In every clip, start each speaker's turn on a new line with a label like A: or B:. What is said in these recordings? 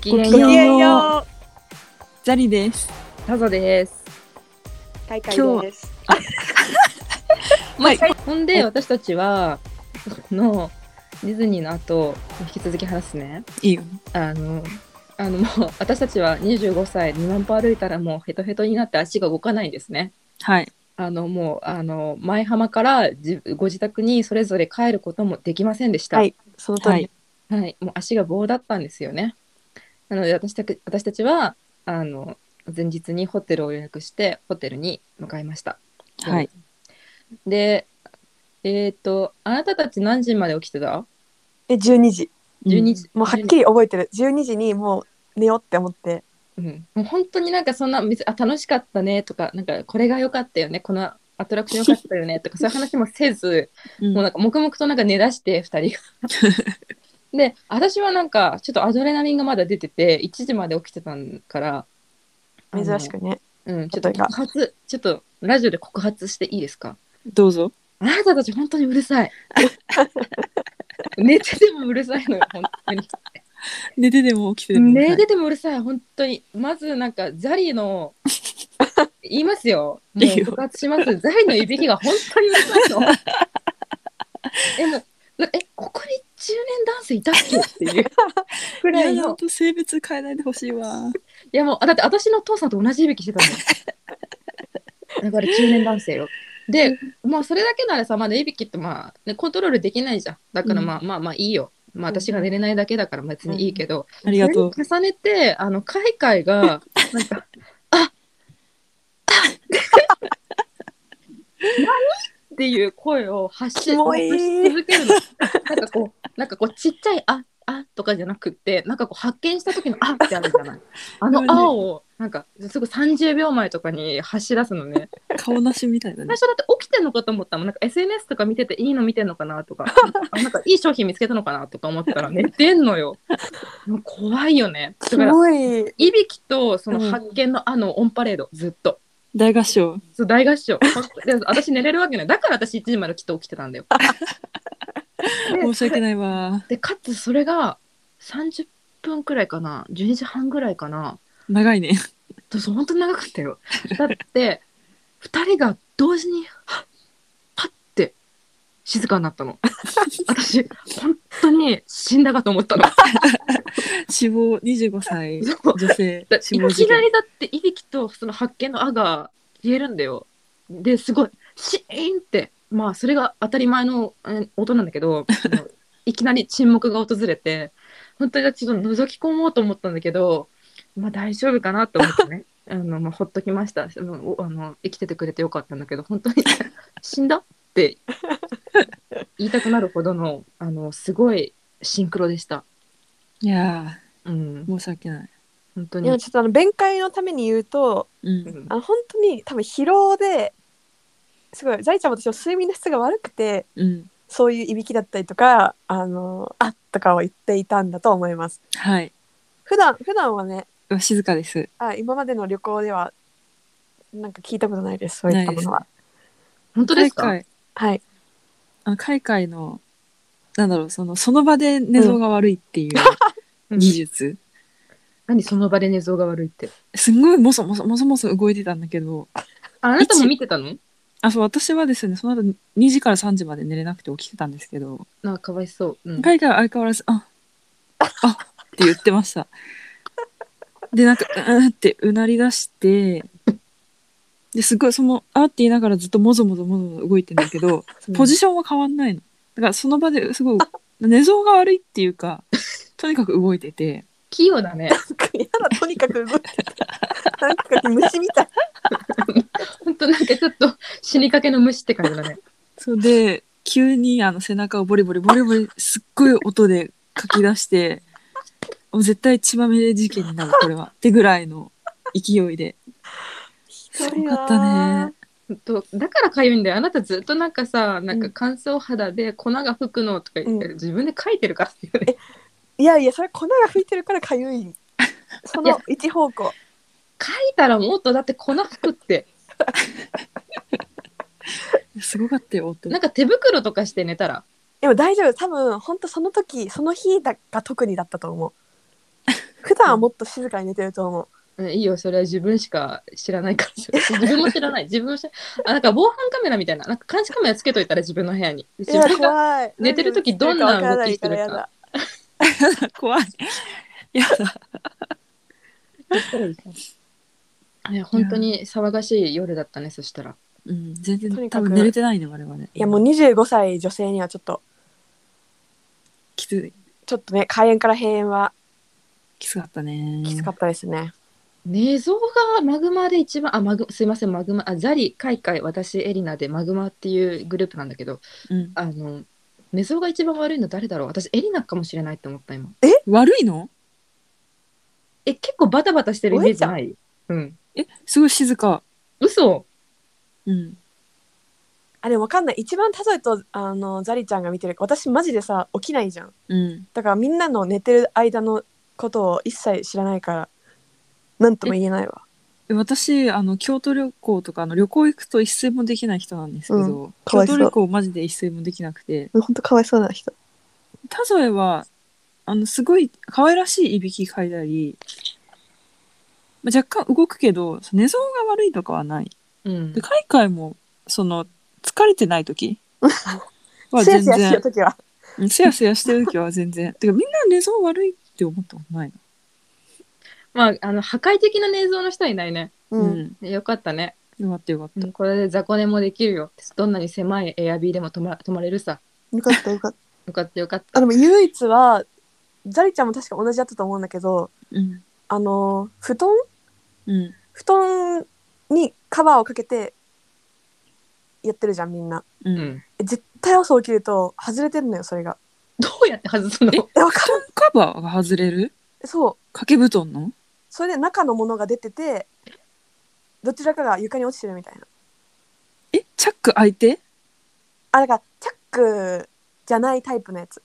A: きげんよ
B: ごき
A: う。
B: げんよ
C: ザリです。
A: タゾです。
B: う。大会堂です。
C: はい。
A: ほんで、私たちは、その、ディズニーの後、引き続き話すね。
C: いいよ。
A: あの、あの、もう、私たちは25歳、2万歩歩いたらもうヘトヘトになって足が動かないんですね。
C: はい。
A: あの、もう、あの、前浜からじご自宅にそれぞれ帰ることもできませんでした。
B: はいその通り。
C: はい
A: はい、もう足が棒だったんですよね。なので私たち私たちはあの前日にホテルを予約してホテルに向かいました。
C: はい。
A: で、えっ、とあなたたち何時まで起きてた
B: え、十二時。
A: ?12 時、
B: もうはっきり覚えてる。十二時にもう寝ようって思って。
A: うん、もう本当になんかそんな別にあ楽しかったねとかなんかこれが良かったよねこのアトラクション良かったよねとかそういう話もせず
C: うん
A: もうなんか黙々となんか寝だして2人が。 で私はなんかちょっとアドレナリンがまだ出てて1時まで起きてたからあの
B: 珍しくね。
A: うん、ちょっ
B: 例
A: と
B: えば
A: 告発、ちょっとラジオで告発していいですか
C: どうぞ。
A: あなたたち本当にうるさい。 寝ててもうるさいのよ、本当に。
C: 寝てでも起きてでも。
A: 寝ててもうるさい、本当に。まずなんか、ザリの、言いますよ。も
C: いいうよ
A: 告発します。ザリのいびきが本当にうるさいの。 え、もう、なえ、ここに中年男性いたっけっていうく
C: い
A: ら
C: や
A: い
C: いや、
A: の
C: 本。当性別変えないでほしいわ。
A: いやもう、だって私の父さんと同じいびきしてたもん。だから中年男性よ。で、まあそれだけならさ、まだいびきってまあ、ね、コントロールできないじゃん。だからまあ、まあまあいいよ。まあ私が寝れないだけだから別にいいけど、
C: ありがとう。
A: それに重ねて、あの、海外が、 なんか、ああ何っていう声を発し
B: キモい
A: 発し続けるの。なんかこ う、なんかこう、ちっちゃい、ああとかじゃなくって、なんかこう、発見した時の、あってあるじゃない。あの
C: うん
A: あを、なんか、すぐ30秒前とかに発し出すのね。
C: 顔なしみたいな
A: 最
C: ね。
A: 初だって起きてんのかと思ったもん、なんか SNS とか見てていいの見てんのかな とか、あなんかいい商品見つけたのかなとか思ったら寝てんのよ。もう怖いよね。だ
B: す
A: から、
B: ごい。
A: いびきとその
C: うん
A: 発見のあのオンパレード、ずっと。
C: 大合唱。
A: そう大合唱。ほんとで私寝れるわけない。だから私1時まできっと起きてた んだよ。
C: 申し訳ないわ。
A: で、かつそれが30分くらいかな、12時半くらいかな。
C: 長いね。
A: そうそう本当に長かったよ。だって2人が同時にはっパッて静かになったの。私本当に死んだかと思ったの。
C: 死亡25歳
A: そう
C: 女性
A: だい
C: 死亡事
A: きな
C: 件。
A: りだっていびきとその発見の「あ」が消えるんだよ。ですごいシーンってまあそれが当たり前のえ音なんだけど あのいきなり沈黙が訪れて本当にちょっと覗き込もうと思ったんだけどまあ大丈夫かなと思ってね あの、まあ、ほっときましたあのおあの生きててくれてよかったんだけど本当に 死んだって言いたくなるほどのあのすごいシンクロでした。
C: いや
A: うん
C: ー、、申し訳ない。
A: 本当
B: でも
A: に
B: ちょっとあの弁解のために言うと、
C: うん。
B: あの本当に多分疲労で。すごい、財ちゃんも私も睡眠の質が悪くて。
C: うん。
B: そういういびきだったりとか、あの、あとかを言っていたんだと思います。
C: はい。
B: 普段、普段はね、
C: うわ静かです。
B: あ、今までの旅行では。なんか聞いたことないです。そういったものは。
A: 本当で
C: 海
A: すか
C: 外、
B: はい。
C: あ海外の、なんだろう、その、その場で寝相が悪いっていう
A: う
C: うん技術。
A: 何その場で寝相が悪いって。
C: すんごいもそもそもそもそ動いてたんだけど、
A: ああなたも見てたの
C: あ、そう、私はですね、その後2時から3時まで寝れなくて起きてたんですけど、
A: あかわいそう。うん、
C: 海外は相変わらず、あ、あって言ってました。で、なんか、うんってうなり出して、ですごい、その、あって言いながらずっともぞもぞもぞもぞ動いてんだけど、ポジションは変わんないの。だからその場ですごい、寝相が悪いっていうか、とにかく動いてて、
A: 器用 だね。
B: 嫌だとにかく動いてたなんか虫み たい
A: 本当なんかちょっと死にかけの虫って感じ だね。
C: それで、急にあの背中をボリボリボリボリ、すっごい音でかき出して、もう絶対血まみれ事件になる、これは。ってぐらいの勢いで。
B: す
C: すごかったね。
A: ほんとだからかゆいんだよ。あなたずっとなんかさ、なんか乾燥肌で粉が吹くのとか言ってる、自分で書いてるからだよね。
B: いやいやそれ粉が吹いてるからかゆいそ
A: いや
B: の一方向
A: 書いたらもっとだって粉吹くって、
C: すごかったよ、音。
A: なんか手袋とかして寝たら。
B: でも大丈夫多分本当その時その日だが特にだったと思う普段はもっと静かに寝てると思う
A: うんいいよ、それは自分しか知らない から。自分も知らない。自分も知らあ、なんか防犯カメラみたいな。なんか監視カメラつけといたら自分の部屋に。
B: い
A: 自
B: や
A: 分が
B: 怖い
A: 寝てる時どんな動きしてるか
B: 何が
C: 怖い。 やだ。
A: いや本当に騒がしい夜だったね、そしたら。
C: うん、全
B: とに
C: 然
B: か
C: 多
B: く
C: 分寝れてないね、我々。
B: いやもう25歳女性にはちょっと
C: きつい、
B: ちょっとね開園から閉園は
C: きつかったね。
B: きつかったですね、
A: 寝相がマグマで一番、あ、マグ、すいません、マグマ、あ、ザリ、カイカイ、私、エリナでマグマっていうグループなんだけど、
C: うん。
A: あの、寝相が一番悪いの誰だろう私、エリナかもしれないって思った、今。
C: 悪いの
A: え、結構バタバタしてるイメージないうん。
C: え、すごい静か。
A: 嘘
C: うん。
B: あでも分かんない一番例えるとあのザリちゃんが見てる私マジでさ起きないじゃん
C: うん。
B: だからみんなの寝てる間のことを一切知らないから何とも言えないわ
C: 私あの京都旅行とかあの旅行行くと一睡もできない人なんですけど、
B: かわい
C: 京
B: そう
C: 都旅行マジで一睡もできなくて
B: 本当かわいそうな人
C: 田添はあのすごい可愛らしいいびきかいたり、まあ、若干動くけど寝相が悪いとかはない
A: うん
C: で。海外もその疲れてない時は
B: せや
C: 全
B: せやしてる
C: 然
B: 時は
C: うんせやせやしてる時は全然てかみんな寝相悪いって思ったことないの
A: まあ、あの、破壊的な寝相の人はいないね。
B: う
C: うんん、
A: よかったね。
C: よかったよかった、
A: これで雑魚寝もできるよ。どんなに狭いエアビーでも泊ま泊まれるさ。
B: よかったよかった
A: よかったよかっ
B: あ
A: た。
B: でも唯一はザリちゃんも確か同じだったと思うんだけど
C: うん
B: あの布団
C: うん
B: 布団にカバーをかけてやってるじゃんみんな
C: う、
A: うんん。
B: え絶対朝起きると外れてんのよそれが
A: どうやって外すの
B: えわか
C: 布団カバーが外れる
B: るそう
C: 掛け布団の
B: それで中のものが出ててどちらかが床に落ちてるみたいな
C: えチャック開いて
B: あだからチャックじゃないタイプのやつ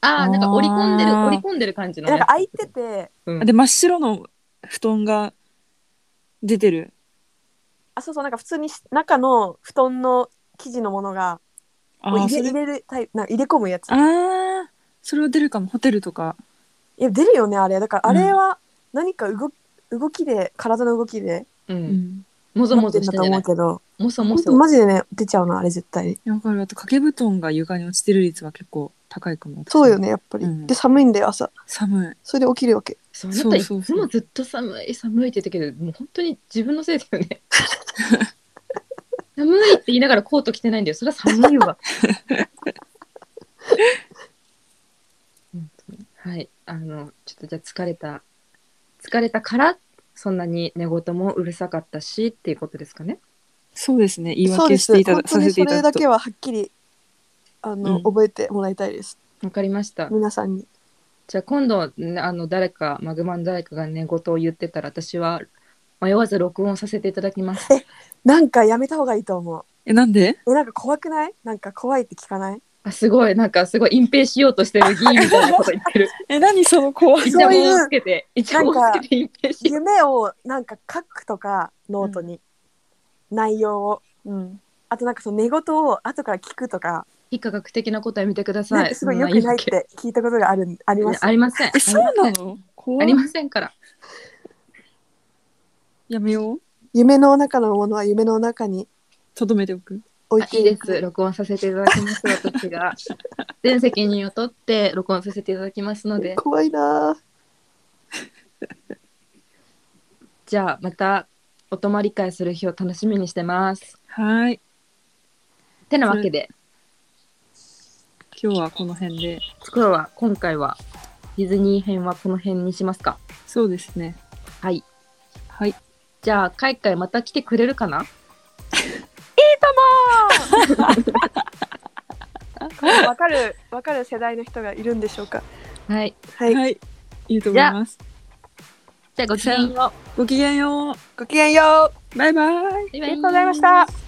A: ああ、なんか折り込んでる、
C: あー
A: 折り込んでる感じ
B: え
A: の
B: なん
A: ね
B: か。開いてて
A: うん
C: あで真っ白の布団が出てる
B: あそうそうなんか普通にし中の布団の生地のものが
C: あ
B: こう
C: ー
B: 入れ
C: それ
B: 入れるタイプなんか入れ込むやつ
C: あーそれは出るかもホテルとか
B: いや出るよねあれだからあ
C: うん
B: れは何か動,、動きで体の動きで
A: う。
C: うんん
A: もぞ
B: 持
A: も
B: って
A: ぞ
B: ん
A: し
B: だ
A: て
B: と
A: んじゃ
B: 思
A: な
B: う
A: い
B: けど
A: もそも
B: 本
A: そ
B: 当。マジでね出ちゃうなあれ絶対
C: いやわかるあと掛け布団が床に落ちてる率は結構高いかも
B: そうよねやっぱり、
C: うん
B: で寒いんだよ朝
C: 寒い
B: それで起きるわけ
A: そう、あなたい
C: そうそう
A: つ
C: そう
A: もずっと寒い寒いって言ったけど、もう本当に自分のせいだよね。寒いって言いながらコート着てないんだよ。それは寒いわ。本当にはい、あの、ちょっとじゃあ疲れた、疲れたから、そんなに寝言もうるさかったしっていうことですかね。
C: そうですね言い
B: そう
C: 訳
B: で
C: し
B: す
C: ていた
B: 本
C: だ
B: 当
C: さ
B: に
C: せて
B: そ
C: いた
B: れ
C: だ
B: だ
C: く
B: け
C: と
B: ははっきりあの、
C: うん
B: 覚えてもらいたいです
A: わかりました。
B: 皆さんに
A: じゃあ今度ねあの誰かマグマン誰かが寝言を言ってたら私は迷わず録音させていただきます。
B: なんかやめた方がいいと思う
C: えなんで
B: えなんか怖くないなんか怖いって聞かない
A: あすごいなんかすごい隠蔽しようとしてる議員みたいなこと言 ってる。
C: え何その怖
A: イチ
B: そ
A: ャ
B: う
A: モ
B: いう
A: ンをつけてイチャモンをつけて隠蔽しよ
B: 夢をなんか書くとかノートに、内容を
C: うん
B: あとなんかその寝言を後から聞くとか、
A: う。非科学的なことはやめてくだ
B: なん
A: さ
B: か
A: い。
B: すごい良くないって聞いたことがあるあり
A: そんな言い
B: ま
A: 訳
B: す
A: ありません。
C: えそうなの
A: あ
C: 怖い
A: りませんから。
C: やめよう
B: 夢の中のものは夢の中に
C: とどめておく
B: 置い
A: あ
B: て
A: いい
B: い
A: で
B: く
A: す。録音させていただきます。私が全責任を取って録音させていただきますので、
B: 怖いなあ
A: じゃあまたお泊まり会する日を楽しみにしてます。
C: はい
A: てなわけで。
C: 今日はこの辺で
A: 今日は今回はディズニー編はこの辺にしますか
C: そうですね
A: はい
C: はい
A: じゃあ海外また来てくれるかな
B: わかるわかる世代の人がいるんでしょうか
A: はい
B: はい、
C: はいいいと思います
A: じゃあごきげんよう
C: ごきげんよう
B: ごきげんよう
C: バイバイ
A: バイ
B: あ
A: バイ
B: りがとうございました